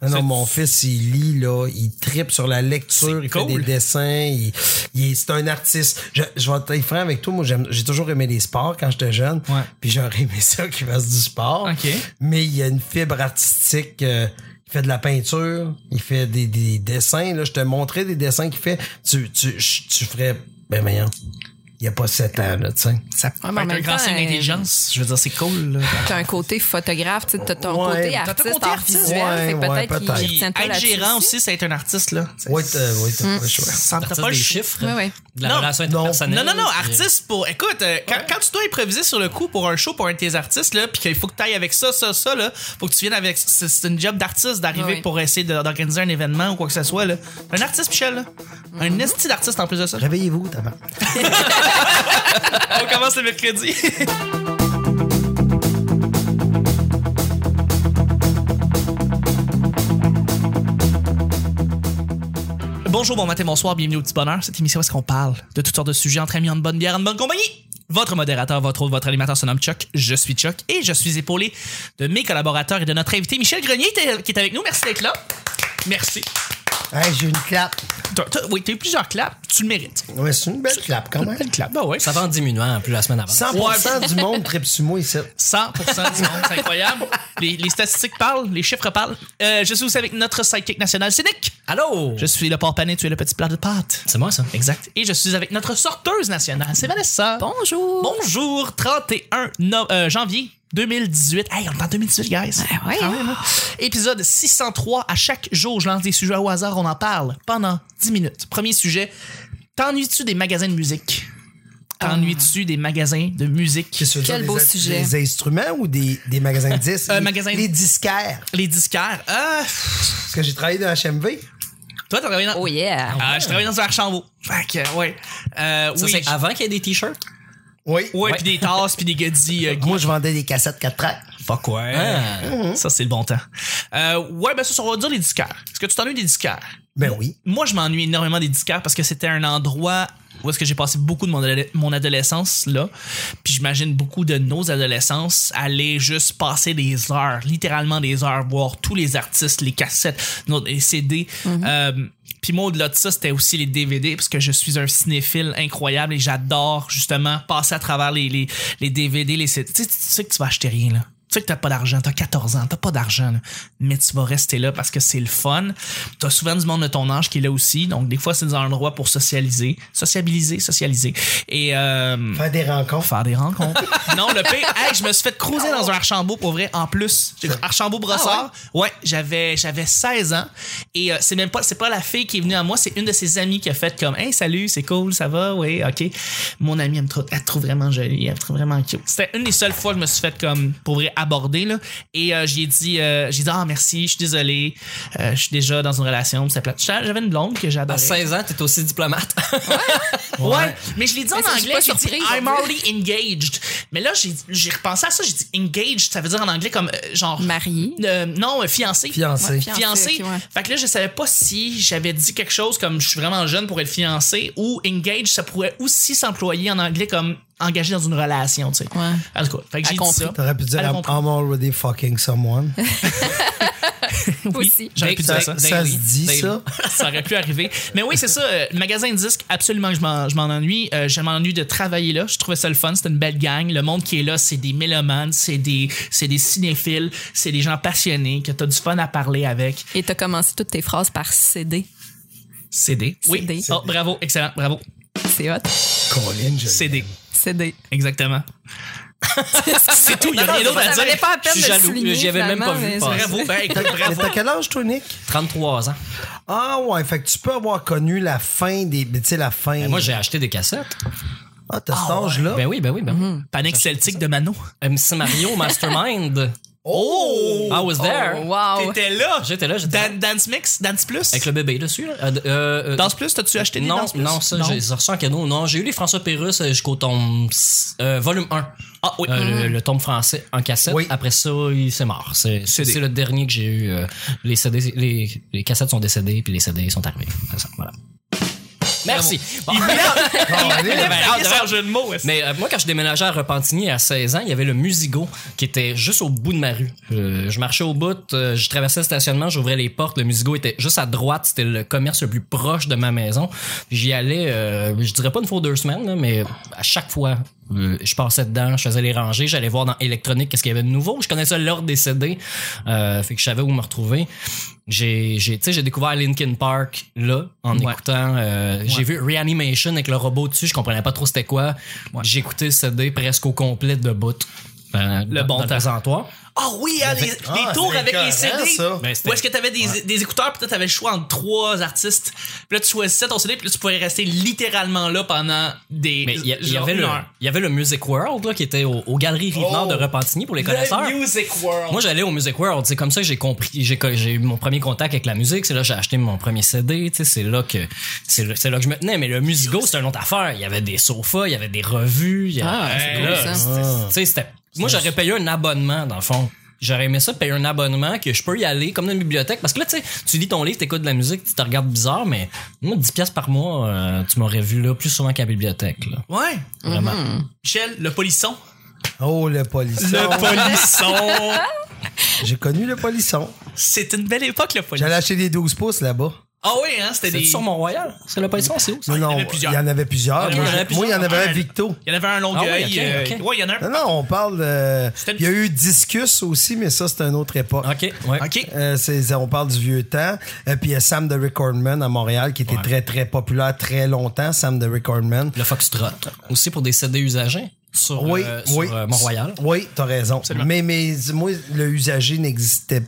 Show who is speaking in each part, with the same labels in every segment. Speaker 1: Non, non,
Speaker 2: C'est-
Speaker 1: mon fils, il lit, là, il tripe sur la lecture,
Speaker 2: C'est
Speaker 1: il fait des
Speaker 2: cool.
Speaker 1: dessins, il, il est- c'est un artiste. Je, je vais être franc avec toi, moi, j'aime- j'ai toujours aimé les sports quand j'étais jeune,
Speaker 2: Ouais.
Speaker 1: puis j'aurais aimé ça qu'il fasse du sport.
Speaker 2: OK.
Speaker 1: Mais il y a une fibre artistique, euh, il fait de la peinture, il fait des, des dessins, là, je te montrais des dessins qu'il fait, tu, tu, je- tu ferais, ben, voyons, il n'y a pas sept ans, là, tu sais.
Speaker 2: Ça peut
Speaker 3: Ouais, mais en
Speaker 2: être un
Speaker 3: même
Speaker 2: grand
Speaker 3: temps,
Speaker 2: signe
Speaker 3: euh,
Speaker 2: d'intelligence. Je veux dire, c'est cool. là.
Speaker 3: T'as un côté photographe, tu sais, t'as ton
Speaker 1: Ouais.
Speaker 3: côté
Speaker 1: T'as ton
Speaker 3: artiste,
Speaker 2: côté
Speaker 3: art
Speaker 2: artiste.
Speaker 3: visuel,
Speaker 1: Ouais,
Speaker 3: fait que
Speaker 1: ouais,
Speaker 3: peut-être qu'il
Speaker 1: peut-être.
Speaker 3: retient pas
Speaker 2: Ah, être
Speaker 3: là-dessus
Speaker 2: gérant aussi, c'est être un artiste, là.
Speaker 1: Oui, t'as oui, t'as
Speaker 2: Hmm.
Speaker 1: pas le choix.
Speaker 2: Ça me
Speaker 4: Artiste
Speaker 2: fait pas
Speaker 4: des
Speaker 2: le chou-
Speaker 4: chiffres.
Speaker 3: Oui, oui.
Speaker 4: De la
Speaker 2: Non.
Speaker 4: relation
Speaker 1: Non.
Speaker 4: interpersonnelle.
Speaker 2: Non, non, non,
Speaker 4: puis, euh,
Speaker 2: artiste pour. Écoute, euh, quand, quand tu dois improviser sur le coup pour un show pour un de tes artistes, là, puis qu'il faut que tu ailles avec ça, ça, ça, là, faut que tu viennes avec. C'est c'est une job d'artiste d'arriver
Speaker 3: Ouais, ouais.
Speaker 2: pour essayer de- d'organiser un événement ou quoi que ce soit, là. Un artiste, Michel, là.
Speaker 3: Mm-hmm.
Speaker 2: Un esti d'artiste en plus de ça.
Speaker 1: Réveillez-vous, tabac.
Speaker 2: On commence le mercredi. Bonjour, bon matin, bonsoir, bienvenue au petit bonheur. Cette émission, où est-ce qu'on parle de toutes sortes de sujets entre amis, en bonne bière, en bonne compagnie? Votre modérateur, votre hôte, votre animateur se nomme Chuck. Je suis Chuck et je suis épaulé de mes collaborateurs et de notre invité Michel Grenier qui est avec nous. Merci d'être là. Merci.
Speaker 1: Hey, j'ai une clap.
Speaker 2: T'as- t'as- oui, t'as eu plusieurs claps. Tu le mérites.
Speaker 1: Ouais, c'est une belle clap, quand même.
Speaker 2: clap. Bah ouais.
Speaker 4: Ça va en diminuant en plus la semaine avant.
Speaker 1: 100% du monde tripe sur moi ici.
Speaker 2: 100% du monde, c'est incroyable. Les, les statistiques parlent, les chiffres parlent. Euh, je suis aussi avec notre sidekick national, c'est Nick.
Speaker 4: Allô?
Speaker 2: Je suis le porc pané, tu es le petit plat de pâte.
Speaker 4: C'est moi, ça?
Speaker 2: Exact. Et je suis avec notre sorteuse nationale, c'est Vanessa.
Speaker 3: Bonjour.
Speaker 2: Bonjour, 31 no- euh, janvier 2018. Hey, on est en 2018, guys.
Speaker 3: ouais,
Speaker 2: Quand
Speaker 3: hein.
Speaker 2: même, hein. Épisode 603. À chaque jour, je lance des sujets au hasard. On en parle pendant 10 minutes. Premier sujet. T'ennuies-tu des magasins de musique? T'ennuies-tu des magasins de musique?
Speaker 1: Qu'est-ce que tu veux
Speaker 3: Quel
Speaker 1: dire,
Speaker 3: beau
Speaker 1: des,
Speaker 3: sujet.
Speaker 1: Des instruments ou des, des magasins de disques?
Speaker 2: Euh,
Speaker 1: Les-
Speaker 2: magasins-
Speaker 1: Les disquaires.
Speaker 2: Les disquaires. Ah,
Speaker 1: Parce que j'ai travaillé dans HMV.
Speaker 2: toi, t'as travaillé dans.
Speaker 3: Oh yeah.
Speaker 2: Ah, je travaillais dans un Archambault. Fait que, ouais. Euh,
Speaker 4: Ça,
Speaker 2: oui.
Speaker 4: c'est
Speaker 2: je-
Speaker 4: avant qu'il y ait des t-shirts?
Speaker 1: Oui.
Speaker 2: Ouais, puis des tasses, puis des goodies. euh,
Speaker 1: Moi, je vendais des cassettes 4 tracks.
Speaker 2: Fuck ouais.
Speaker 4: Ah.
Speaker 2: Ça, c'est le bon temps. Euh, ouais, ben ça, ça, on va dire les disquaires. Est-ce que tu t'ennuies des disquaires?
Speaker 1: Ben oui.
Speaker 2: Moi, je m'ennuie énormément des disquaires parce que c'était un endroit où est-ce que j'ai passé beaucoup de mon, adole- mon adolescence, là. Puis j'imagine beaucoup de nos adolescences aller juste passer des heures, littéralement des heures, voir tous les artistes, les cassettes, nos- les CD. Euh, puis moi, au-delà de ça, c'était aussi les DVD, parce que je suis un cinéphile incroyable et j'adore justement passer à travers les, les, les DVD, les CD. Tu sais, tu sais que tu vas acheter rien, là. Tu sais que t'as pas d'argent, t'as 14 ans, t'as pas d'argent, là. mais tu vas rester là parce que c'est le fun. T'as souvent du monde de ton âge qui est là aussi, donc des fois c'est un endroit pour socialiser, sociabiliser, socialiser. Et euh,
Speaker 1: Faire des rencontres.
Speaker 2: faire des rencontres. non, le pire, hey, je me suis fait cruiser dans un Archambault pour vrai en plus. J'ai- Archambault Brossard. Ah ouais, j'avais j'avais 16 ans et euh, c'est même pas c'est pas la fille qui est venue à moi, c'est une de ses amies qui a fait comme "Hey, salut, c'est cool, ça va Oui, OK." Mon amie elle me trouve elle te trouve vraiment jolie, elle te trouve vraiment cute. C'était une des seules fois que je me suis fait comme pour vrai aborder là et euh, j'ai dit euh, j'ai dit "Ah merci, je suis désolé. Euh, je suis déjà dans une relation, c'est plate." J'avais une blonde que
Speaker 4: À
Speaker 2: j'adorais.
Speaker 4: 16 ans, t'es aussi diplomate.
Speaker 2: Ouais. mais je l'ai dit en
Speaker 3: Mais ça, je suis
Speaker 2: anglais,
Speaker 3: pas
Speaker 2: j'ai dit
Speaker 3: surprise,
Speaker 2: I'm
Speaker 3: en
Speaker 2: already engaged. Mais là, j'ai- j'ai repensé à ça, j'ai dit engaged, ça veut dire en anglais comme euh, genre.
Speaker 3: Marié.
Speaker 2: euh, non, euh, fiancé.
Speaker 1: Fiancé.
Speaker 3: Ouais,
Speaker 2: Fiancé.
Speaker 3: Fiancé, ok, ouais.
Speaker 2: Fait que là, je savais pas si j'avais dit quelque chose comme je suis vraiment jeune pour être fiancé ou engaged, ça pourrait aussi s'employer en anglais comme engagé dans une relation, tu sais.
Speaker 3: Ouais.
Speaker 2: En tout cas, fait que j'ai
Speaker 3: Elle
Speaker 2: dit
Speaker 3: compris.
Speaker 2: ça.
Speaker 1: T'aurais pu dire
Speaker 2: Elle a
Speaker 1: I'm,
Speaker 2: compris.
Speaker 1: I'm already fucking someone.
Speaker 3: Aussi.
Speaker 2: J'aurais pu
Speaker 1: Ça,
Speaker 2: dire ça.
Speaker 1: ça se dit, ça?
Speaker 2: Ben ça aurait pu arriver. Mais oui, c'est ça. euh, magasin de disques, absolument que je m'en, je m'en ennuie. Euh, je m'ennuie de travailler là. Je trouvais ça le fun. C'était une belle gang. Le monde qui est là, c'est des mélomanes, c'est des, c'est des cinéphiles, c'est des gens passionnés que t'as du fun à parler avec.
Speaker 3: Et t'as commencé toutes tes phrases par CD.
Speaker 2: CD. Oui.
Speaker 3: CD.
Speaker 2: Oh, bravo. Excellent. Bravo.
Speaker 3: C'est hot.
Speaker 1: Colin, je
Speaker 2: CD.
Speaker 3: CD.
Speaker 2: Exactement.
Speaker 3: c'est
Speaker 2: tout, il y a rien d'autre à
Speaker 3: Ça
Speaker 2: dire.
Speaker 3: valait pas la peine
Speaker 4: Je suis
Speaker 3: de le
Speaker 4: jaloux.
Speaker 3: souligner,
Speaker 4: J'y avais même pas
Speaker 3: finalement,
Speaker 4: vu
Speaker 3: mais
Speaker 4: passer.
Speaker 2: Bravo. Ben, écoute,
Speaker 1: Mais
Speaker 2: bravo.
Speaker 1: t'as quel âge, toi, Nick?
Speaker 4: 33 ans.
Speaker 1: Ah ouais, fait que tu peux avoir connu la fin des... mais Tu sais, la fin...
Speaker 2: Oh.
Speaker 4: Ben, moi, j'ai acheté des cassettes.
Speaker 1: Ah, t'as cet âge-là?
Speaker 4: Ben oui, ben oui, ben oui.
Speaker 2: Panique celtique de Mano.
Speaker 4: MC Mario Mastermind.
Speaker 2: Oh!
Speaker 4: I was there.
Speaker 3: Oh, wow.
Speaker 2: T'étais là.
Speaker 4: J'étais là, j'étais là.
Speaker 2: Dan- Dance Mix, Dance Plus.
Speaker 4: Avec le bébé dessus. Là. Euh, euh, euh,
Speaker 2: Dance Plus, t'as-tu acheté des
Speaker 4: non,
Speaker 2: Dance Plus?
Speaker 4: non, ça, j'ai reçu en cadeau. Non, j'ai eu les François Pérus euh, jusqu'au tome euh, volume 1.
Speaker 2: Ah oui.
Speaker 4: Euh, le, le tome français en cassette.
Speaker 1: Oui.
Speaker 4: Après ça, il c'est mort. C'est
Speaker 2: CD.
Speaker 4: c'est le dernier que j'ai eu. euh, les, CD, les, les cassettes sont décédées, puis les CD sont arrivés. C'est ça, voilà. Merci. Bon.
Speaker 2: Il
Speaker 4: Ben,
Speaker 2: a
Speaker 4: ah,
Speaker 2: fait
Speaker 4: d'ailleurs,
Speaker 2: son jeu de mots. est-ce-
Speaker 4: Mais euh, moi, quand je déménageais à Repentigny à 16 ans, il y avait le Musigo qui était juste au bout de ma rue. Euh, je marchais au bout, euh, je traversais le stationnement, j'ouvrais les portes. Le Musigo était juste à droite. C'était le commerce le plus proche de ma maison. J'y allais, euh, je dirais pas une fois ou deux semaines, là, mais à chaque fois, euh, je passais dedans, je faisais les rangées, j'allais voir dans électronique qu'est-ce qu'il y avait de nouveau. Je connaissais l'ordre des CD, euh, fait que je savais où me retrouver. J'ai, j'ai, tu sais, j'ai découvert Linkin Park là en
Speaker 2: Ouais.
Speaker 4: écoutant. euh, J'ai vu Reanimation avec le robot dessus, je comprenais pas trop c'était quoi.
Speaker 2: Ouais.
Speaker 4: J'ai écouté le CD presque au complet de bout. euh,
Speaker 2: Le
Speaker 4: dans-
Speaker 2: bon
Speaker 4: dans
Speaker 2: temps.
Speaker 4: présentoir.
Speaker 2: Ah oui, hein, les,
Speaker 1: Ah,
Speaker 2: les tours
Speaker 1: c'est
Speaker 2: avec les CD.
Speaker 1: écœurant, ça.
Speaker 4: Ben, c'était-
Speaker 2: Où est-ce que t'avais des, des écouteurs, puis toi, t'avais le choix entre trois artistes. Puis là, tu choisissais ton CD, puis là, tu pouvais rester littéralement là pendant des.
Speaker 4: Mais il y, a- il y
Speaker 2: genre
Speaker 4: avait
Speaker 2: une
Speaker 4: le,
Speaker 2: heure.
Speaker 4: il y avait le Music World là, qui était au- aux Galeries Rive-Nord
Speaker 1: Oh!
Speaker 4: de Repentigny pour les connaisseurs.
Speaker 2: Music World.
Speaker 4: Moi, j'allais au Music World. C'est comme ça que j'ai compris. J'ai, co- j'ai eu mon premier contact avec la musique. C'est là que j'ai acheté mon premier CD. tu sais, C'est là que c'est, là- c'est là que je me tenais. Mais le Musigo, c'est une autre affaire. Il y avait des sofas, il y avait des revues. il y avait-
Speaker 3: Ah, c'est
Speaker 4: Hey,
Speaker 3: cool, ça.
Speaker 4: là, c'est- tu sais, c'était- Moi, j'aurais payé un abonnement, dans le fond. J'aurais aimé ça payer un abonnement que je peux y aller comme dans une bibliothèque parce que là tu sais tu lis ton livre t'écoutes de la musique tu te regardes bizarre mais moi 10 pièces par mois euh, tu m'aurais vu là plus souvent qu'à la bibliothèque là
Speaker 2: Ouais.
Speaker 4: vraiment
Speaker 2: Michel, le polisson.
Speaker 1: Oh, le polisson.
Speaker 2: polisson.
Speaker 1: J'ai connu le polisson.
Speaker 2: C'était une belle époque, le polisson.
Speaker 1: J'allais acheter des 12 pouces là-bas.
Speaker 2: Ah oui, hein, c'était
Speaker 4: c'est
Speaker 2: des.
Speaker 4: sur Mont-Royal c'est le paysage c'est où
Speaker 1: Non,
Speaker 4: ça?
Speaker 2: il y en
Speaker 1: non,
Speaker 2: avait plusieurs.
Speaker 1: il y en avait plusieurs.
Speaker 2: Il y en
Speaker 1: Moi,
Speaker 2: avait
Speaker 1: j'ai-
Speaker 2: Ah,
Speaker 1: moi,
Speaker 2: plusieurs.
Speaker 1: il y en avait
Speaker 2: Ah,
Speaker 1: un Victo.
Speaker 2: Il y en avait un longueuil.
Speaker 4: Ah oui, ok,
Speaker 2: euh,
Speaker 4: ok. Hein?
Speaker 2: Ouais, il y en a
Speaker 1: Non,
Speaker 2: un.
Speaker 1: non, on parle de.
Speaker 2: C'était le-
Speaker 1: Il y a eu Discus aussi, mais ça, c'est une autre époque.
Speaker 4: ok ouais
Speaker 2: Ok.
Speaker 1: Euh, c'est- on parle du vieux temps. Euh, puis il y a Sam the Recordman à Montréal qui était
Speaker 4: Ouais.
Speaker 1: très, très populaire très longtemps, Sam the Recordman.
Speaker 4: Le Foxtrot. Aussi pour des CD usagés sur,
Speaker 1: Oui,
Speaker 4: euh, sur,
Speaker 1: oui.
Speaker 4: euh, Mont-Royal.
Speaker 1: Oui, t'as raison.
Speaker 2: Absolument.
Speaker 1: Mais, mais dis-moi, le usager n'existait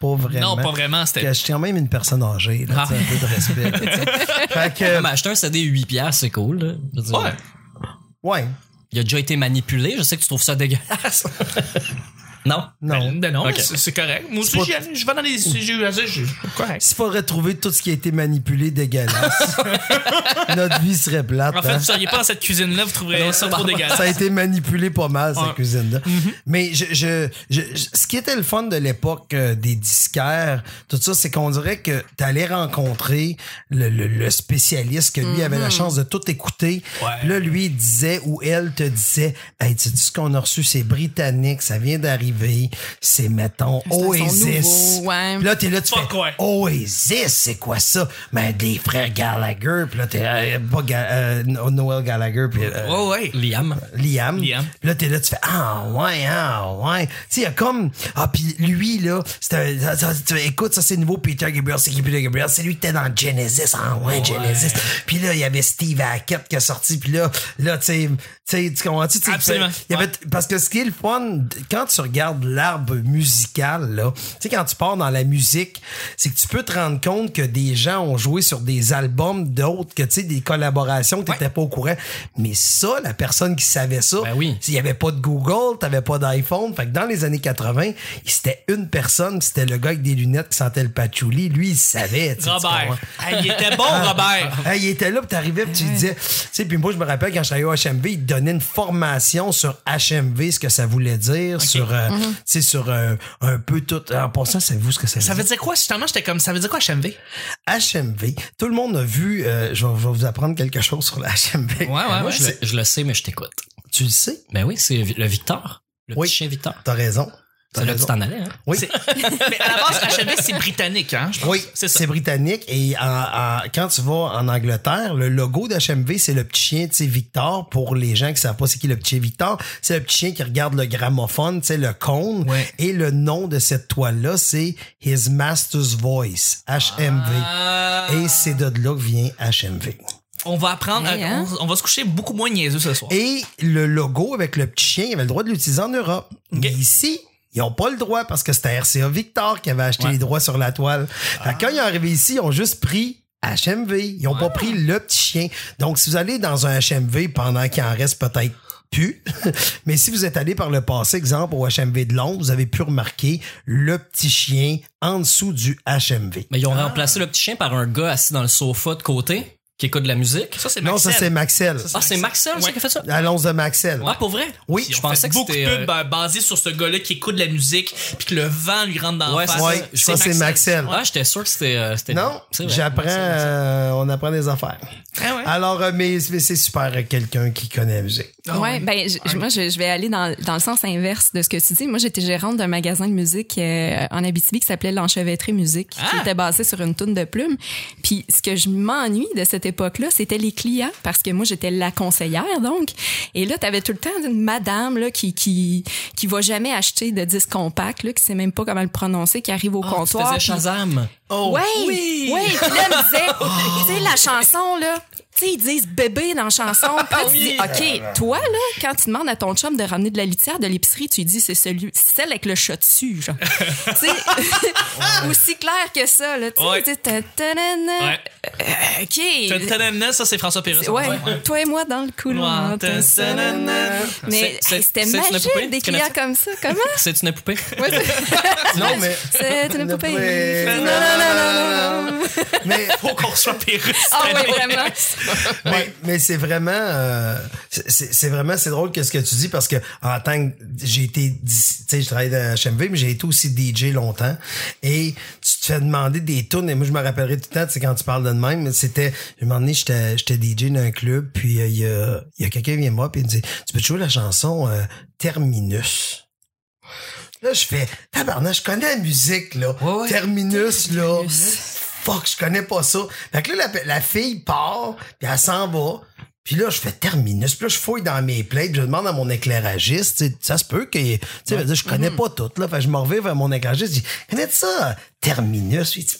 Speaker 1: pas vraiment.
Speaker 2: Non, pas vraiment. C'était.
Speaker 1: Parce que Je suis quand même une personne âgée, là,
Speaker 4: Ah.
Speaker 1: tu sais, un peu de respect. là, tu sais. fait que,
Speaker 4: Non, mais acheter un CD 8 piastres, c'est cool. là. Je veux dire,
Speaker 2: Ouais.
Speaker 1: ouais,
Speaker 4: Il a déjà été manipulé. Je sais que tu trouves ça dégueulasse. non?
Speaker 1: non.
Speaker 2: Ben non,
Speaker 4: Ok.
Speaker 2: c'est c'est correct. Moi aussi,
Speaker 1: pas-
Speaker 2: j'y allais- je vais dans les. j'ai eu- j'ai- j'ai- Correct.
Speaker 1: S'il faut retrouver tout ce qui a été manipulé dégueulasse, notre vie serait plate.
Speaker 2: En fait,
Speaker 1: hein.
Speaker 2: vous seriez pas dans cette cuisine-là, vous trouverez
Speaker 4: Non,
Speaker 2: ça
Speaker 4: ça
Speaker 2: trop
Speaker 4: va.
Speaker 2: dégueulasse.
Speaker 1: ça a été manipulé pas mal, cette
Speaker 2: Ouais. Mhm.
Speaker 1: cuisine-là. Mais je, je, je- je- ce qui était le fun de l'époque euh, des disquaires, tout ça, c'est qu'on dirait que tu allais rencontrer le, le- le spécialiste que lui avait la chance de tout écouter.
Speaker 2: Mhm. Ouais.
Speaker 1: Là, lui, il disait ou elle te disait Hey, tu sais ce qu'on a reçu, c'est britannique, ça vient d'arriver, c'est mettons
Speaker 3: son
Speaker 1: Oasis.
Speaker 3: nouveau, ouais.
Speaker 1: Puis là, t'es là, tu
Speaker 2: Fuck,
Speaker 1: fais
Speaker 2: ouais.
Speaker 1: Oasis, c'est quoi ça? Mais des frères Gallagher, puis là, t'es euh, pas Ga- euh, No- Noel Gallagher, puis euh,
Speaker 2: Ouais, ouais.
Speaker 4: Liam.
Speaker 1: Liam.
Speaker 2: Liam.
Speaker 1: Puis Là, t'es là, tu fais Ah, ouais, ah, ouais. Tu sais, il y a comme. Ah, puis lui, là, c'était. ça- ça- tu- Écoute, ça, c'est nouveau Peter Gabriel, c'est qui Peter Gabriel? C'est lui qui était dans Genesis. Ah, ouais, Genesis. Puis là, il y avait Steve Hackett qui a sorti. Puis là, là, tu sais, tu sais, tu comprends-tu? Tu sais,
Speaker 2: Absolument.
Speaker 1: il y avait- Parce que ce qui est le fun, quand tu regardes l'arbre musical, là, tu sais, quand tu pars dans la musique, c'est que tu peux te rendre compte que des gens ont joué sur des albums d'autres, que tu sais, des collaborations que tu pas au courant. Mais ça, la personne qui savait ça,
Speaker 4: Ben oui.
Speaker 1: s'il n'y avait pas de Google, t'avais pas d'iPhone. Fait que dans les années 80, c'était une personne, puis c'était le gars avec des lunettes qui sentait le patchouli. Lui, il savait. tu sais, tu comprends? Ah.
Speaker 2: Robert. Hey, il était bon, Robert.
Speaker 1: Hey, il était là, puis t'arrivais, puis tu lui disais. Tu sais, puis moi, je me rappelle quand je travaillais au HMV, il te donnait une formation sur HMV, ce que ça voulait dire, sur, euh, tu sais, sur euh, un peu tout. En passant, savez-vous ce que ça,
Speaker 2: Ça
Speaker 1: veut
Speaker 2: veut dire quoi, justement? J'étais comme, ça veut dire quoi, HMV?
Speaker 1: HMV. Tout le monde a vu. euh, je, vais, je vais vous apprendre quelque chose sur le HMV.
Speaker 4: Euh, Moi, je, le- je le sais, mais je t'écoute.
Speaker 1: Tu le sais?
Speaker 4: Ben oui, c'est vi- le Victor. Le
Speaker 1: Oui.
Speaker 4: petit chien Victor.
Speaker 1: T'as raison. T'as
Speaker 4: C'est là que tu
Speaker 1: raison.
Speaker 4: t'en allais. Hein?
Speaker 1: Oui.
Speaker 2: C'est- Mais à la base, HMV, c'est britannique, hein? je pense.
Speaker 1: Oui,
Speaker 2: c'est
Speaker 1: c'est,
Speaker 2: ça.
Speaker 1: britannique. Et en- en- quand tu vas en Angleterre, le logo d'HMV, c'est le petit chien, tu sais, Victor. Pour les gens qui savent pas c'est qui le petit chien Victor, c'est le petit chien qui regarde le gramophone, tu sais, le cône.
Speaker 2: Ouais.
Speaker 1: Et le nom de cette toile-là, c'est His Master's Voice, HMV.
Speaker 2: Ah.
Speaker 1: Et c'est de là que vient HMV.
Speaker 2: On va apprendre,
Speaker 3: Hey,
Speaker 2: à-
Speaker 3: hein?
Speaker 2: on, on va se coucher beaucoup moins niaiseux ce soir.
Speaker 1: Et le logo avec le petit chien, il avait le droit de l'utiliser en Europe. Mais ici, ils n'ont pas le droit parce que c'était RCA Victor qui avait acheté les droits sur la toile.
Speaker 2: Ah.
Speaker 1: Fait que quand ils sont arrivés ici, ils ont juste pris HMV. Ils n'ont pas pris le petit chien. Donc, si vous allez dans un HMV pendant qu'il en reste peut-être plus, mais si vous êtes allé par le passé, exemple au HMV de Londres, vous avez pu remarquer le petit chien en dessous du HMV.
Speaker 2: Ah.
Speaker 4: Mais ils ont remplacé le petit chien par un gars assis dans le sofa de côté. qui écoute de la musique.
Speaker 2: Ça, c'est
Speaker 1: Non, ça,
Speaker 2: Maxel.
Speaker 1: c'est Maxel.
Speaker 2: Ça, c'est
Speaker 4: Ah, c'est Maxel,
Speaker 2: Ouais.
Speaker 4: ça, qui a fait ça?
Speaker 1: L'annonce de Maxel.
Speaker 4: Ah, pour vrai?
Speaker 1: Oui,
Speaker 2: Puis
Speaker 4: je
Speaker 2: on
Speaker 4: pensais
Speaker 2: fait
Speaker 4: que
Speaker 2: beaucoup
Speaker 4: c'était.
Speaker 2: de
Speaker 4: euh,
Speaker 2: pubs euh, basées sur ce gars-là qui écoute de la musique puis que le vent lui rentre dans
Speaker 4: Ouais,
Speaker 2: la face.
Speaker 1: ouais, ça, c'est Maxel.
Speaker 4: Ah, j'étais sûr que c'était. euh, c'était-
Speaker 1: Non,
Speaker 4: c'est vrai.
Speaker 1: j'apprends, euh, on apprend des affaires.
Speaker 3: Hein?
Speaker 2: Ah ouais.
Speaker 1: Alors, euh, mais, mais c'est super euh, quelqu'un qui connaît la musique.
Speaker 2: Ah
Speaker 3: ouais, ben, je- je- moi, je, je vais aller dans, dans le sens inverse de ce que tu dis. Moi, j'étais gérante d'un magasin de musique euh, en Abitibi qui s'appelait l'Enchevêtrée Musique,
Speaker 2: Ah!
Speaker 3: qui était basé sur une toune de plumes. Puis, ce que je m'ennuie de cette époque-là, c'était les clients, parce que moi, j'étais la conseillère, donc. Et là, t'avais tout le temps une madame là, qui, qui, qui va jamais acheter de disque compact, là, qui sait même pas comment le prononcer, qui arrive au
Speaker 4: Ah, tu
Speaker 3: comptoir.
Speaker 4: faisais
Speaker 3: puis-
Speaker 2: euh,
Speaker 4: Shazam.
Speaker 1: Oh,
Speaker 3: ouais,
Speaker 4: oui! Ah.
Speaker 3: ouais. Puis là, elle me disait, tu sais, la chanson, là, tu sais, ils disent bébé dans la chanson.
Speaker 4: Ah
Speaker 3: Puis là, tu dis, OK, toi, là, quand tu demandes à ton chum de ramener de la litière de l'épicerie, tu lui dis, c'est celui, celle avec le chat dessus, genre. tu sais, aussi clair que ça, là. Tu sais,
Speaker 2: Ouais.
Speaker 3: tu sais, ta- ta- na- na.
Speaker 2: Ouais.
Speaker 3: Euh, OK.
Speaker 2: Tantanana, Ça, c'est François Pérus.
Speaker 3: Ouais, toi et moi dans le couloir.
Speaker 2: Ouais.
Speaker 3: ta- ta- na- na. Mais
Speaker 4: C'est-
Speaker 3: hey, c'était
Speaker 4: c'est- c'est une
Speaker 3: magique,
Speaker 4: poupée?
Speaker 3: des
Speaker 4: Tu connais
Speaker 3: clients
Speaker 4: ça?
Speaker 3: comme ça. Comment?
Speaker 4: C'est une poupée.
Speaker 3: Ouais,
Speaker 1: non, mais.
Speaker 3: c'est une poupée.
Speaker 1: Mais-
Speaker 3: Non, non, non, non, non.
Speaker 1: Mais,
Speaker 2: Faut qu'on soit Pérus.
Speaker 3: Ah ouais, vraiment.
Speaker 1: mais, mais c'est vraiment. euh, c'est- c'est c'est vraiment. C'est drôle que ce que tu dis parce que, en tant que. J'ai été. dis- Tu sais, je travaille dans HMV, mais j'ai été aussi DJ longtemps. Et tu te fais demander des tunes. Et moi, je me rappellerai tout le temps, tu sais, quand tu parles de même. mais C'était. Un moment donné, j'étais j'étais DJ dans un club. Puis, euh, il y a, il y a quelqu'un qui vient me voir. Puis, il me dit Tu peux te jouer la chanson euh, Terminus. Là, je fais, tabarnak, je connais la musique, là.
Speaker 4: ouais.
Speaker 1: Terminus, là. Fuck, je connais pas ça. Fait que là, la, la fille part, puis elle s'en va. Puis là, je fais terminus. Puis là, je fouille dans mes plates. puis je demande à mon éclairagiste. tu sais, Ça se peut que. Tu sais, je connais pas tout. Là. Fait que je me reviens vers mon éclairagiste. Je dis Connais-tu ça, terminus Puis il dit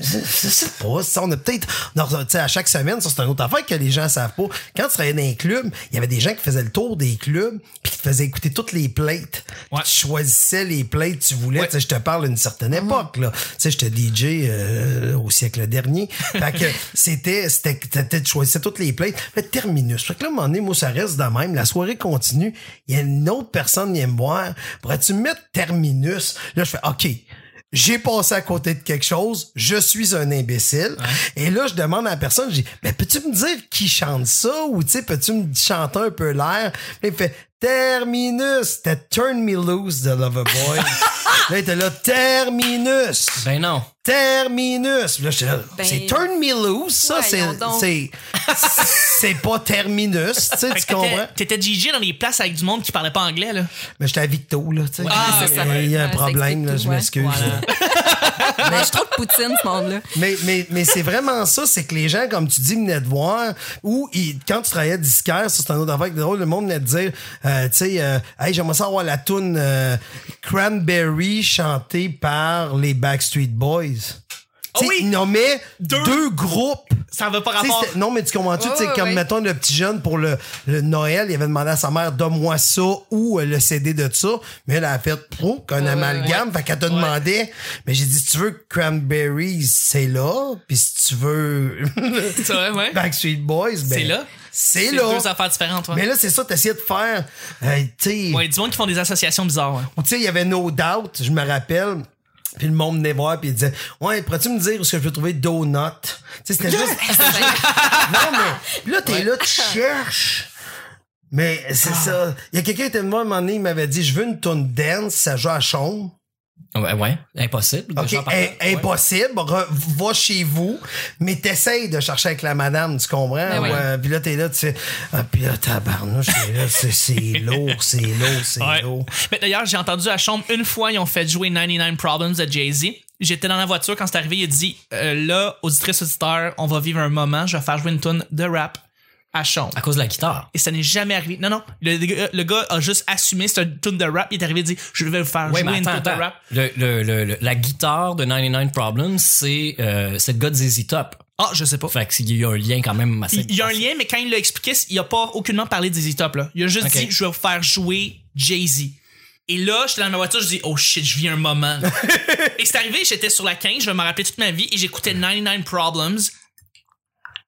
Speaker 1: Je je sais pas. ça, on a peut-être. on a- tu sais, À chaque semaine, ça, c'est une autre affaire que les gens savent pas. Quand tu travaillais dans les clubs, il y avait des gens qui faisaient le tour des clubs, puis qui te faisaient écouter toutes les plates.
Speaker 2: Ouais.
Speaker 1: Tu choisissais les plates que tu voulais. Tu sais, Je te parle d'une certaine époque. là. Tu sais, j'étais DJ euh, au siècle dernier. Fait que c'était, c'était, c'était- tu choisissais toutes les plates. Fait que terminus. Fait que là, à un moment donné, moi, ça reste de même. La soirée continue. Il y a une autre personne qui vient me voir. Pourrais-tu mettre terminus? Là, je fais OK. J'ai passé à côté de quelque chose, je suis un imbécile. Et là, je demande à la personne, je dis, mais peux-tu me dire qui chante ça? Ou, tu sais, peux-tu me chanter un peu l'air? Là, il fait, Terminus, c'était Turn Me Loose de Loverboy. là, il était là, Terminus,
Speaker 4: Ben non.
Speaker 1: Terminus. Puis Là, j'étais là,
Speaker 3: Ben,
Speaker 1: c'est Turn Me Loose, ça, c'est,
Speaker 3: voyons donc.
Speaker 1: c'est, c'est pas Terminus, tu sais, tu
Speaker 2: Fait que t'étais-
Speaker 1: comprends?
Speaker 2: T'étais DJ dans les places avec du monde qui parlait pas anglais, là.
Speaker 1: Mais j'étais à Victo, là, tu sais.
Speaker 2: Ah,
Speaker 3: c'est ça.
Speaker 1: il y a un
Speaker 3: Ouais, ça
Speaker 1: problème, là,
Speaker 3: explique
Speaker 1: je
Speaker 3: tout, ouais.
Speaker 1: m'excuse.
Speaker 3: Mais je trouve Poutine, ce monde-là.
Speaker 1: Mais, mais, mais c'est vraiment ça, c'est que les gens, comme tu dis, venaient te voir, ou ils- quand tu travaillais disquaire, ça c'est un autre affaire qui est drôle, le monde venait te dire, euh, tu sais, euh, hey, j'aimerais ça avoir la toune euh, Cranberry chantée par les Backstreet Boys.
Speaker 2: Ah
Speaker 1: Tu sais,
Speaker 2: oui!
Speaker 1: Ils nommaient deux,
Speaker 2: Deux.
Speaker 1: groupes.
Speaker 2: Ça en va pas
Speaker 1: Tu sais,
Speaker 2: rapport.
Speaker 1: c'était- Non, mais tu comprends-tu?
Speaker 3: Ouais,
Speaker 1: tu sais,
Speaker 3: ouais,
Speaker 1: comme,
Speaker 3: ouais.
Speaker 1: mettons, le petit jeune pour le, le Noël, il avait demandé à sa mère, donne-moi ça ou euh, le CD de ça. Mais elle a fait, oh, qu'un amalgame. Fait qu'elle te demandait. Mais j'ai dit, si tu veux Cranberries, c'est là. Puis si tu veux
Speaker 2: C'est vrai, ouais.
Speaker 1: Backstreet Boys, ben,
Speaker 2: C'est là.
Speaker 1: C'est
Speaker 2: C'est
Speaker 1: là.
Speaker 2: deux affaires différentes, ouais.
Speaker 1: Mais là, c'est ça, t'essayais de faire, euh, tu sais,
Speaker 2: Ouais, du monde qui font des associations bizarres, hein. ouais.
Speaker 1: tu sais, il y avait No Doubt, je me rappelle. Puis le monde venait voir, puis il disait, ouais, pourrais-tu me dire où est-ce que je peux trouver Donut? Tu sais, c'était juste. non, mais puis là, t'es là, tu cherches. Mais c'est ça. Il y a quelqu'un qui était venu me voir un moment donné, il m'avait dit, je veux une tune dance, ça joue à Chaume.
Speaker 4: Ouais, ouais. impossible.
Speaker 2: Ah.
Speaker 1: OK,
Speaker 4: déjà, par là.
Speaker 1: im- impossible. Re- va chez vous, mais t'essayes de chercher avec la madame, tu comprends?
Speaker 3: Ben oui.
Speaker 1: Ouais, puis là, t'es là, tu fais, ah, puis là, tabarnouche, t'es là, c'est- c'est lourd, c'est lourd, c'est
Speaker 2: Ouais.
Speaker 1: lourd.
Speaker 2: Mais d'ailleurs, j'ai entendu à Chambre une fois, ils ont fait jouer 99 Problems de Jay-Z. J'étais dans la voiture quand c'est arrivé, il a dit euh, Là, auditrice, auditeur, on va vivre un moment, je vais faire jouer une tune de rap à Chambre.
Speaker 4: À cause de la guitare.
Speaker 2: Et ça n'est jamais arrivé. Non, non. Le, gars- le gars a juste assumé, c'est une tune de rap. Il est arrivé et dit Je vais vous faire
Speaker 4: Ouais,
Speaker 2: jouer
Speaker 4: mais
Speaker 2: une
Speaker 4: attends,
Speaker 2: tune de
Speaker 4: attends.
Speaker 2: rap.
Speaker 4: Le, le, le- le- la guitare de 99 Problems, c'est euh, c'est le gars de ZZ Top.
Speaker 2: Ah, je sais pas.
Speaker 4: Fait qu'il y a un lien quand même assez.
Speaker 2: Il y a un lien, mais quand il l'a expliqué, il a pas aucunement parlé des Top. Là. Il a juste
Speaker 4: Ok.
Speaker 2: dit Je vais vous faire jouer Jay-Z. Et là, j'étais dans ma voiture, je dis Oh shit, je vis un moment. et c'est arrivé, j'étais sur la 15, je vais me rappeler toute ma vie, et j'écoutais 99 Problems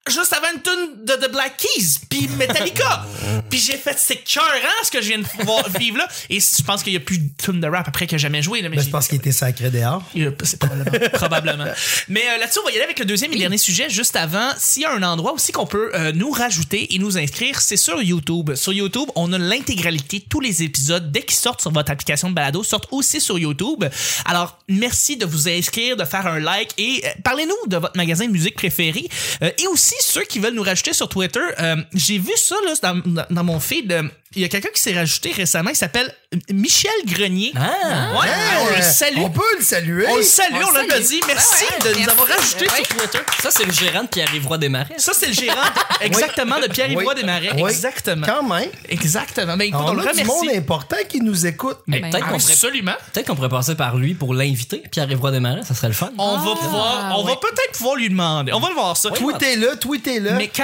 Speaker 2: juste avant une tune de The Black Keys, puis Metallica. puis j'ai fait, c'est cœur hein, ce que je viens de voir- vivre là. Et je pense qu'il y a plus de tune de rap après que j'ai jamais joué. Là, mais
Speaker 1: Ben, je
Speaker 2: j'ai-
Speaker 1: pense qu'il était sacré dehors.
Speaker 2: euh, C'est probablement. probablement. Mais euh, là-dessus, on va y aller avec le deuxième et dernier sujet juste avant. S'il y a un endroit aussi qu'on peut euh, nous rajouter et nous inscrire, c'est sur YouTube. Sur YouTube, on a l'intégralité, tous les épisodes, dès qu'ils sortent sur votre application de balado, sortent aussi sur YouTube. Alors, merci de vous inscrire, de faire un like et euh, parlez-nous de votre magasin de musique préféré. Euh, et aussi, ceux qui veulent nous rajouter sur Twitter, euh, j'ai vu ça là, dans, dans- dans mon feed. euh, Il y a quelqu'un qui s'est rajouté récemment, il s'appelle Michel Grenier.
Speaker 4: Ah!
Speaker 2: Ouais, on le
Speaker 1: Euh,
Speaker 2: salue.
Speaker 1: On peut le saluer.
Speaker 2: On le salue,
Speaker 3: On
Speaker 2: on
Speaker 3: le
Speaker 2: l'a
Speaker 3: salue.
Speaker 2: dit. Merci
Speaker 3: Ouais, ouais,
Speaker 2: de nous
Speaker 3: merci.
Speaker 2: avoir rajouté
Speaker 3: Ouais.
Speaker 2: sur Twitter.
Speaker 4: Ça, c'est le gérant de Pierre-Yvroy Desmarais.
Speaker 2: Ça, c'est le gérant, exactement, de Pierre-Yvois
Speaker 1: Oui.
Speaker 2: Desmarais.
Speaker 1: Oui.
Speaker 2: Exactement.
Speaker 1: Quand même.
Speaker 2: Exactement. Mais écoute,
Speaker 1: On,
Speaker 2: on, le
Speaker 1: a du monde
Speaker 2: remercie.
Speaker 1: important qui nous écoute.
Speaker 4: Mais
Speaker 3: Ben,
Speaker 4: Peut-être qu'on ferait-
Speaker 2: Absolument.
Speaker 4: peut-être qu'on pourrait passer par lui pour l'inviter, Pierre-Yvroy Desmarais, ça serait le fun.
Speaker 2: On va pouvoir, on va peut-être pouvoir lui demander. On va le voir ça.
Speaker 1: Tweetez-le, tweetez-le.
Speaker 2: Mais quand,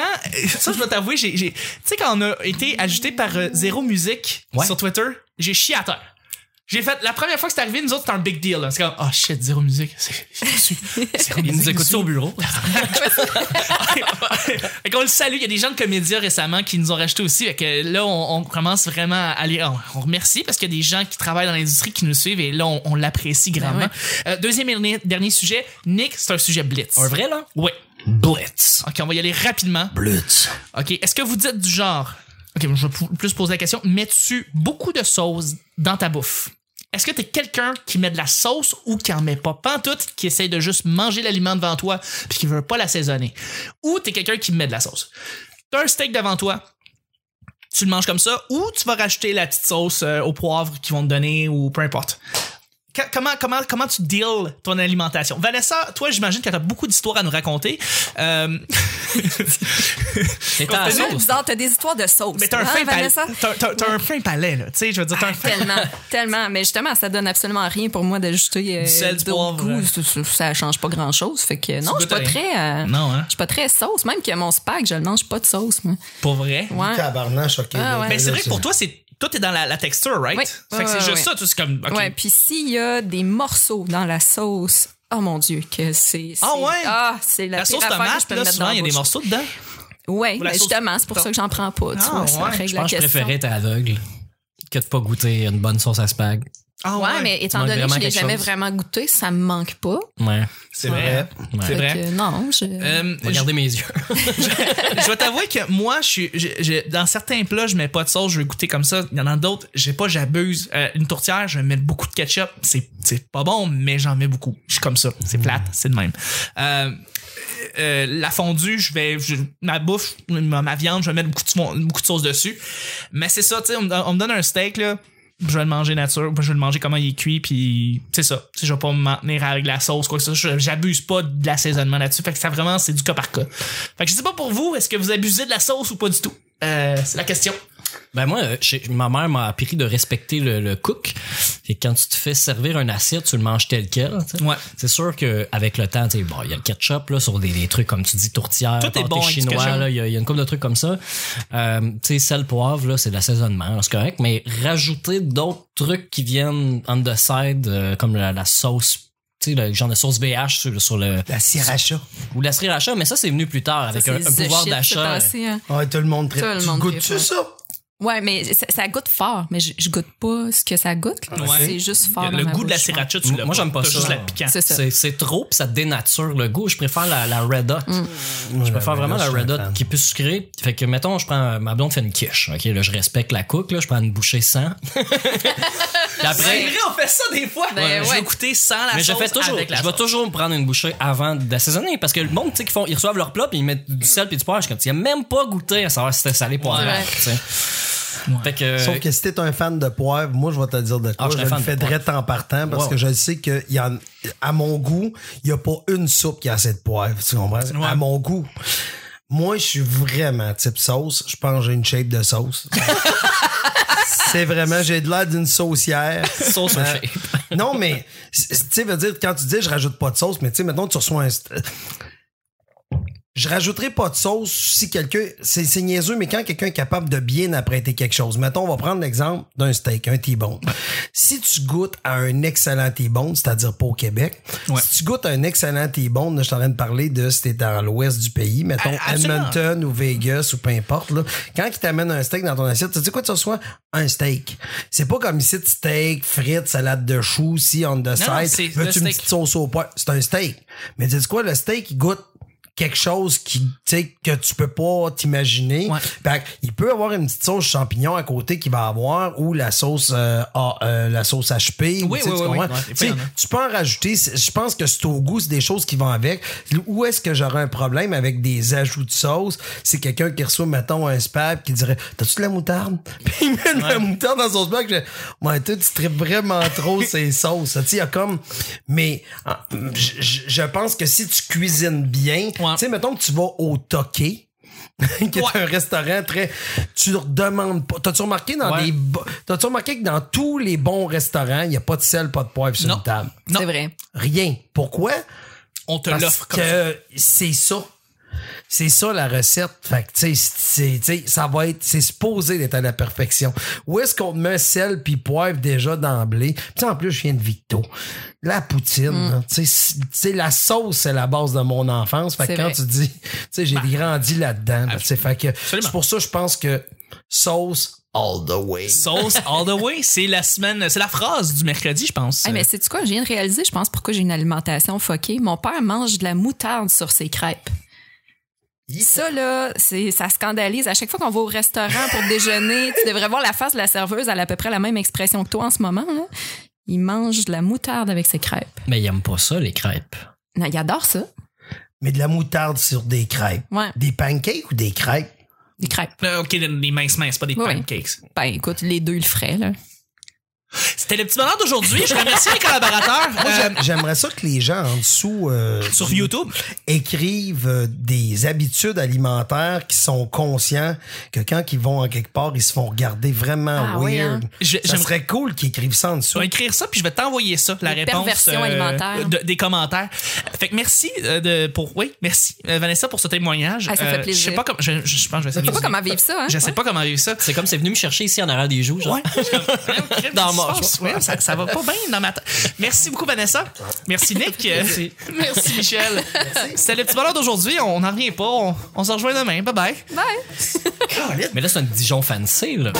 Speaker 2: ça, je dois t'avouer, j'ai, j'ai- tu sais, quand on a été ajouté par euh, Zéro Musique
Speaker 4: Ouais.
Speaker 2: sur Twitter, j'ai chié à terre. J'ai fait, la première fois que c'est arrivé, nous autres, c'était un big deal. là. C'est comme, oh shit, Zéro Musique. C'est, Zéro
Speaker 4: Il nous
Speaker 2: Musique,
Speaker 4: écoute au bureau.
Speaker 2: Fait qu'on le salue. Il y a des gens de Comédia récemment qui nous ont rajouté aussi. Fait que là, on, on commence vraiment à aller. On, on remercie parce qu'il y a des gens qui travaillent dans l'industrie qui nous suivent et là, on, on l'apprécie
Speaker 4: Ben
Speaker 2: grandement. Euh, deuxième et dernier, dernier sujet, Nick, c'est un sujet blitz.
Speaker 4: Un vrai, là?
Speaker 2: Oui.
Speaker 1: Blitz.
Speaker 2: OK, on va y aller rapidement.
Speaker 1: Blitz.
Speaker 2: OK, est-ce que vous dites du genre. OK, je vais pou- plus poser la question. Mets-tu beaucoup de sauce dans ta bouffe? Est-ce que t'es quelqu'un qui met de la sauce ou qui en met pas pantoute, qui essaye de juste manger l'aliment devant toi puis qui veut pas l'assaisonner? Ou t'es quelqu'un qui met de la sauce? T'as un steak devant toi, tu le manges comme ça, ou tu vas racheter la petite sauce euh, au poivre qu'ils vont te donner ou peu importe. Qu- Comment, comment, comment tu deals ton alimentation? Vanessa, toi, j'imagine que t'as beaucoup d'histoires à nous raconter. Euh,
Speaker 4: T'es en
Speaker 2: Comprenez-
Speaker 4: sauce.
Speaker 3: bizarre, t'as des histoires de sauce.
Speaker 2: Ah, Mais t'as un,
Speaker 3: hein,
Speaker 2: fin palais.
Speaker 3: Vanessa? Ah,
Speaker 2: T'as, t'as- t'as un fin palais, là. Tu sais, je veux dire, t'as un fin.
Speaker 3: Tellement, tellement. Mais justement, ça donne absolument rien pour moi d'ajouter euh,
Speaker 2: Du sel, du
Speaker 3: d'autres
Speaker 2: poivre.
Speaker 3: goûts. Ça, ça- ça change pas grand chose. Fait que non,
Speaker 2: goûtes
Speaker 3: je suis
Speaker 2: rien.
Speaker 3: pas très. euh,
Speaker 2: Non, hein?
Speaker 3: Je suis pas très sauce. Même que mon spag, je le mange pas de sauce, moi.
Speaker 2: Pour vrai.
Speaker 3: Ouais.
Speaker 1: Tabarnache, ok.
Speaker 3: Ah,
Speaker 1: là,
Speaker 3: ouais.
Speaker 2: Mais c'est
Speaker 1: Ben là,
Speaker 2: vrai que pour toi, c'est. Toi, t'es dans la, la texture, right?
Speaker 3: Oui.
Speaker 2: Fait que c'est
Speaker 3: Ouais,
Speaker 2: juste
Speaker 3: ouais,
Speaker 2: ça, tu sais, c'est comme. ok.
Speaker 3: Ouais, puis s'il y a des morceaux dans la sauce, oh mon Dieu, que c'est.
Speaker 2: Ah
Speaker 3: c'est-
Speaker 2: ouais?
Speaker 3: Ah, c'est la,
Speaker 2: La
Speaker 3: pire
Speaker 2: sauce
Speaker 3: affaire que je
Speaker 2: tomate,
Speaker 3: peux
Speaker 2: là,
Speaker 3: mettre
Speaker 2: souvent,
Speaker 3: dans
Speaker 2: il y a
Speaker 3: la
Speaker 2: des
Speaker 3: bouche.
Speaker 2: morceaux dedans.
Speaker 3: Oui,
Speaker 2: Ou la
Speaker 3: mais
Speaker 2: sauce-
Speaker 3: justement, c'est pour ça que j'en prends pas. Tu
Speaker 2: Ah,
Speaker 3: vois, ça
Speaker 2: ouais.
Speaker 3: règle
Speaker 4: Je
Speaker 3: la
Speaker 4: pense que je
Speaker 3: question.
Speaker 4: préférais être aveugle que de pas goûter une bonne sauce à spag.
Speaker 2: Ah
Speaker 3: Ouais, mais étant
Speaker 4: manques
Speaker 3: donné que
Speaker 4: vraiment
Speaker 3: je l'ai
Speaker 4: quelque
Speaker 3: jamais
Speaker 4: chose.
Speaker 3: vraiment goûté, ça me manque pas.
Speaker 4: Ouais.
Speaker 1: C'est vrai.
Speaker 2: C'est
Speaker 3: Fait
Speaker 2: vrai.
Speaker 3: que non, je.
Speaker 2: Euh, je-
Speaker 4: Regardez mes yeux.
Speaker 2: je vais t'avouer que moi, je suis, je- je- dans certains plats, je mets pas de sauce, je vais goûter comme ça. Il y en a d'autres, j'ai pas, j'abuse. Euh, une tourtière, je vais mettre beaucoup de ketchup. C'est, c'est pas bon, mais j'en mets beaucoup. Je suis comme ça. C'est plate, c'est de même. Euh, euh, la fondue, je vais je- ma bouffe, ma, ma viande, je vais mettre beaucoup de, fond- beaucoup de sauce dessus. Mais c'est ça, tu sais, on, me don- on me donne un steak là, je vais le manger nature, je vais le manger comment il est cuit, puis c'est ça. Tu sais, je vais pas m'en tenir avec la sauce quoi que ce soit. Je- J'abuse pas de l'assaisonnement là-dessus. Fait que ça vraiment c'est du cas par cas. Fait que je sais pas pour vous, est-ce que vous abusez de la sauce ou pas du tout Euh, C'est la question.
Speaker 4: Ben moi, euh, chez- ma mère m'a appris de respecter le, le cook. Et quand tu te fais servir un assiette, tu le manges tel quel. tu sais.
Speaker 2: Ouais.
Speaker 4: C'est sûr que avec le temps, tu sais, bon, il y a le ketchup là sur des, des trucs comme tu dis tourtière,
Speaker 2: Tout est
Speaker 4: pâté
Speaker 2: bon avec du ketchup.
Speaker 4: chinois, là, il y, a il y a une couple de trucs comme ça. Euh, tu sais, sel poivre là, c'est de l'assaisonnement, là, c'est correct. Mais rajouter d'autres trucs qui viennent on the side, euh, comme la, la sauce, tu sais, le genre de sauce BH sur, sur le
Speaker 1: La sriracha.
Speaker 4: ou la sriracha. Mais ça, c'est venu plus tard avec
Speaker 3: Ça,
Speaker 4: un,
Speaker 3: c'est
Speaker 4: un
Speaker 3: the
Speaker 4: pouvoir
Speaker 3: shit, c'est
Speaker 4: d'achat. euh,
Speaker 3: passé, hein.
Speaker 1: Ouais, tout le monde
Speaker 3: Tout
Speaker 1: très.
Speaker 3: le
Speaker 1: Tu
Speaker 3: monde
Speaker 1: goûtes-tu
Speaker 3: préfère.
Speaker 1: ça?
Speaker 3: Ouais, mais ça, ça goûte fort, mais je, je goûte pas ce que ça goûte. là.
Speaker 2: Ouais.
Speaker 3: C'est juste fort. dans
Speaker 2: le
Speaker 3: ma
Speaker 2: goût de la
Speaker 3: bouche, ouais.
Speaker 2: sriracha, tu l'as.
Speaker 4: Moi, j'aime pas
Speaker 2: T'as
Speaker 4: ça.
Speaker 2: juste la piquante.
Speaker 3: C'est ça.
Speaker 4: C'est c'est trop, puis ça dénature le goût. Je préfère la, la Red Hot.
Speaker 2: Mm.
Speaker 4: Je préfère vraiment la Red Hot qui est plus sucrée. Fait que, mettons, je prends, ma blonde fait une quiche. OK, là, je respecte la cook, là, je prends une bouchée sans. Puis
Speaker 2: C'est
Speaker 4: après,
Speaker 2: vrai, on fait ça des fois.
Speaker 3: Ben
Speaker 2: Je
Speaker 3: ouais.
Speaker 2: vais goûter sans la
Speaker 4: mais je
Speaker 2: sauce.
Speaker 4: fais toujours,
Speaker 2: avec la
Speaker 4: je vais
Speaker 2: sauce.
Speaker 4: toujours me prendre une bouchée avant d'assaisonner parce que le monde, tu sais, qu'ils font, ils reçoivent leur plat puis ils mettent du sel puis du poivre. Je suis comme, tu as même pas goûté à savoir si c'était salé pour
Speaker 3: Ouais.
Speaker 4: Fait que,
Speaker 1: Sauf que si t'es un fan de poivre, moi je vais te dire de
Speaker 4: Ah,
Speaker 1: quoi.
Speaker 4: je
Speaker 1: je
Speaker 4: suis un
Speaker 1: le
Speaker 4: fan de
Speaker 1: fais
Speaker 4: poivre.
Speaker 1: direct en partant parce
Speaker 4: Wow.
Speaker 1: que je sais que il y en- à mon goût, il n'y a pas une soupe qui a assez de poivre. Tu comprends? À mon goût. Moi, je suis vraiment type sauce. Je pense que j'ai une shape de sauce. C'est vraiment, j'ai de l'air d'une saucière.
Speaker 4: sauce
Speaker 1: Euh,
Speaker 4: au shape.
Speaker 1: non, mais, c- tu sais, veut dire, quand tu dis je rajoute pas de sauce, mais tu sais, maintenant tu reçois un. st- Je rajouterai pas de sauce si quelqu'un. C'est, c'est niaiseux, mais quand quelqu'un est capable de bien apprêter quelque chose. Mettons, on va prendre l'exemple d'un steak, un T-bone. Si tu goûtes à un excellent T-bone, c'est-à-dire pas au Québec,
Speaker 2: Ouais.
Speaker 1: si tu goûtes à un excellent T-bone, là, je suis en train de parler de si t'es dans l'ouest du pays, mettons
Speaker 2: Ah, absolument.
Speaker 1: Edmonton ou Vegas ou peu importe, là, quand ils t'amènent un steak dans ton assiette, tu sais quoi, tu reçois un steak. C'est pas comme ici, de steak, frites, salade de choux, si on the
Speaker 2: non,
Speaker 1: side.
Speaker 2: c'est le
Speaker 1: Veux-tu une
Speaker 2: steak.
Speaker 1: petite sauce au poivre? C'est un steak. Mais tu sais quoi, le steak, il goûte quelque chose qui tu sais, que tu peux pas t'imaginer.
Speaker 2: Ouais.
Speaker 1: Fait il peut avoir une petite sauce champignon à côté qui va avoir ou la sauce euh, ah, euh, la sauce HP ou,
Speaker 2: Oui,
Speaker 1: tu sais,
Speaker 2: oui,
Speaker 1: tu
Speaker 2: oui, oui.
Speaker 1: comprends?
Speaker 2: Ouais,
Speaker 1: Tu sais,
Speaker 2: il y en a.
Speaker 1: tu peux en rajouter. C'est- Je pense que c'est au goût, c'est des choses qui vont avec. Où est-ce que j'aurais un problème avec des ajouts de sauce? C'est quelqu'un qui reçoit, mettons, un spab qui dirait T'as-tu de la moutarde? Puis il met de la moutarde dans son spab. Je dis, Ouais, toi, tu tripes vraiment trop ces sauces. Tu sais, il y a comme. Mais ah, je- je je pense que si tu cuisines bien, tu sais, mettons que tu vas au toqué. qui est
Speaker 2: Ouais.
Speaker 1: un restaurant très tu leur demandes pas t'as-tu remarqué dans
Speaker 4: Ouais.
Speaker 1: les bo- t'as-tu remarqué que dans tous les bons restaurants il n'y a pas de sel pas de poivre sur
Speaker 2: Non.
Speaker 1: une table
Speaker 2: Non.
Speaker 3: C'est vrai.
Speaker 1: Rien. Pourquoi?
Speaker 2: On te
Speaker 1: Parce
Speaker 2: l'offre comme ça.
Speaker 1: que c'est ça. C'est ça la recette. Fait que, tu sais, c'est- tu sais, ça va être, c'est supposé d'être à la perfection. Où est-ce qu'on met sel puis poivre déjà d'emblée? Puis en plus, je viens de Victo. La poutine,
Speaker 3: Mm.
Speaker 1: hein, tu sais, c'est- tu sais, la sauce, c'est la base de mon enfance. Fait que
Speaker 3: C'est
Speaker 1: quand
Speaker 3: vrai.
Speaker 1: tu dis, tu sais, j'ai grandi là-dedans. là, tu sais, fait que, c'est
Speaker 2: Bah. Absolument.
Speaker 1: pour ça, je pense que sauce all the way.
Speaker 2: Sauce all the way, c'est la semaine, c'est la phrase du mercredi, je pense.
Speaker 3: Hey, Ah, mais c'est quoi? Je viens de réaliser, je pense, pourquoi j'ai une alimentation foquée. Mon père mange de la moutarde sur ses crêpes. Ça, là, c'est, ça scandalise. À chaque fois qu'on va au restaurant pour déjeuner, tu devrais voir la face de la serveuse. Elle a à peu près la même expression que toi en ce moment. là. Il mange de la moutarde avec ses crêpes.
Speaker 4: Mais ils aiment pas ça, les crêpes.
Speaker 3: Non, il adore ça.
Speaker 1: Mais de la moutarde sur des crêpes.
Speaker 3: Ouais,
Speaker 1: Des pancakes ou des crêpes?
Speaker 3: des crêpes.
Speaker 2: Euh, ok, les- les minces minces, pas des
Speaker 3: Oui, oui.
Speaker 2: pancakes.
Speaker 3: Ben, écoute, les deux, il le ferait, là.
Speaker 2: C'était le petit bonheur d'aujourd'hui. Je remercie les collaborateurs.
Speaker 1: Moi,
Speaker 2: Euh,
Speaker 1: j'aime- j'aimerais ça que les gens en dessous euh,
Speaker 2: sur
Speaker 1: du-
Speaker 2: YouTube.
Speaker 1: écrivent euh, des habitudes alimentaires qui sont conscients que quand ils vont en quelque part, ils se font regarder vraiment
Speaker 3: Ah
Speaker 1: weird.
Speaker 3: oui, hein?
Speaker 2: Je-
Speaker 1: Ça
Speaker 2: j'aimerais-
Speaker 1: serait cool qu'ils écrivent ça en dessous.
Speaker 2: Tu vas écrire ça, puis je vais t'envoyer ça, la
Speaker 3: Des
Speaker 2: réponse euh,
Speaker 3: perversions alimentaires.
Speaker 2: de- des commentaires. Fait que merci euh, de, pour oui, merci euh, Vanessa pour ce témoignage. Euh,
Speaker 3: Ah, ça fait plaisir.
Speaker 2: Je sais pas comment, je, je- je pense que je vais
Speaker 3: Je sais pas
Speaker 2: essayer.
Speaker 3: comment vivre ça, hein?
Speaker 2: Je sais pas comment vivre ça.
Speaker 4: C'est comme c'est venu me chercher ici en arrière des joues. Genre.
Speaker 2: Ouais.
Speaker 4: Dans ma-
Speaker 2: Ouais, ça, ça va pas bien dans ma tête. Merci beaucoup, Vanessa. Merci, Nick. Merci, Michel. C'était le petit bonheur d'aujourd'hui. On n'en revient pas. On, on se rejoint demain. Bye bye.
Speaker 3: Bye!
Speaker 4: Mais là, c'est un Dijon fancy, là.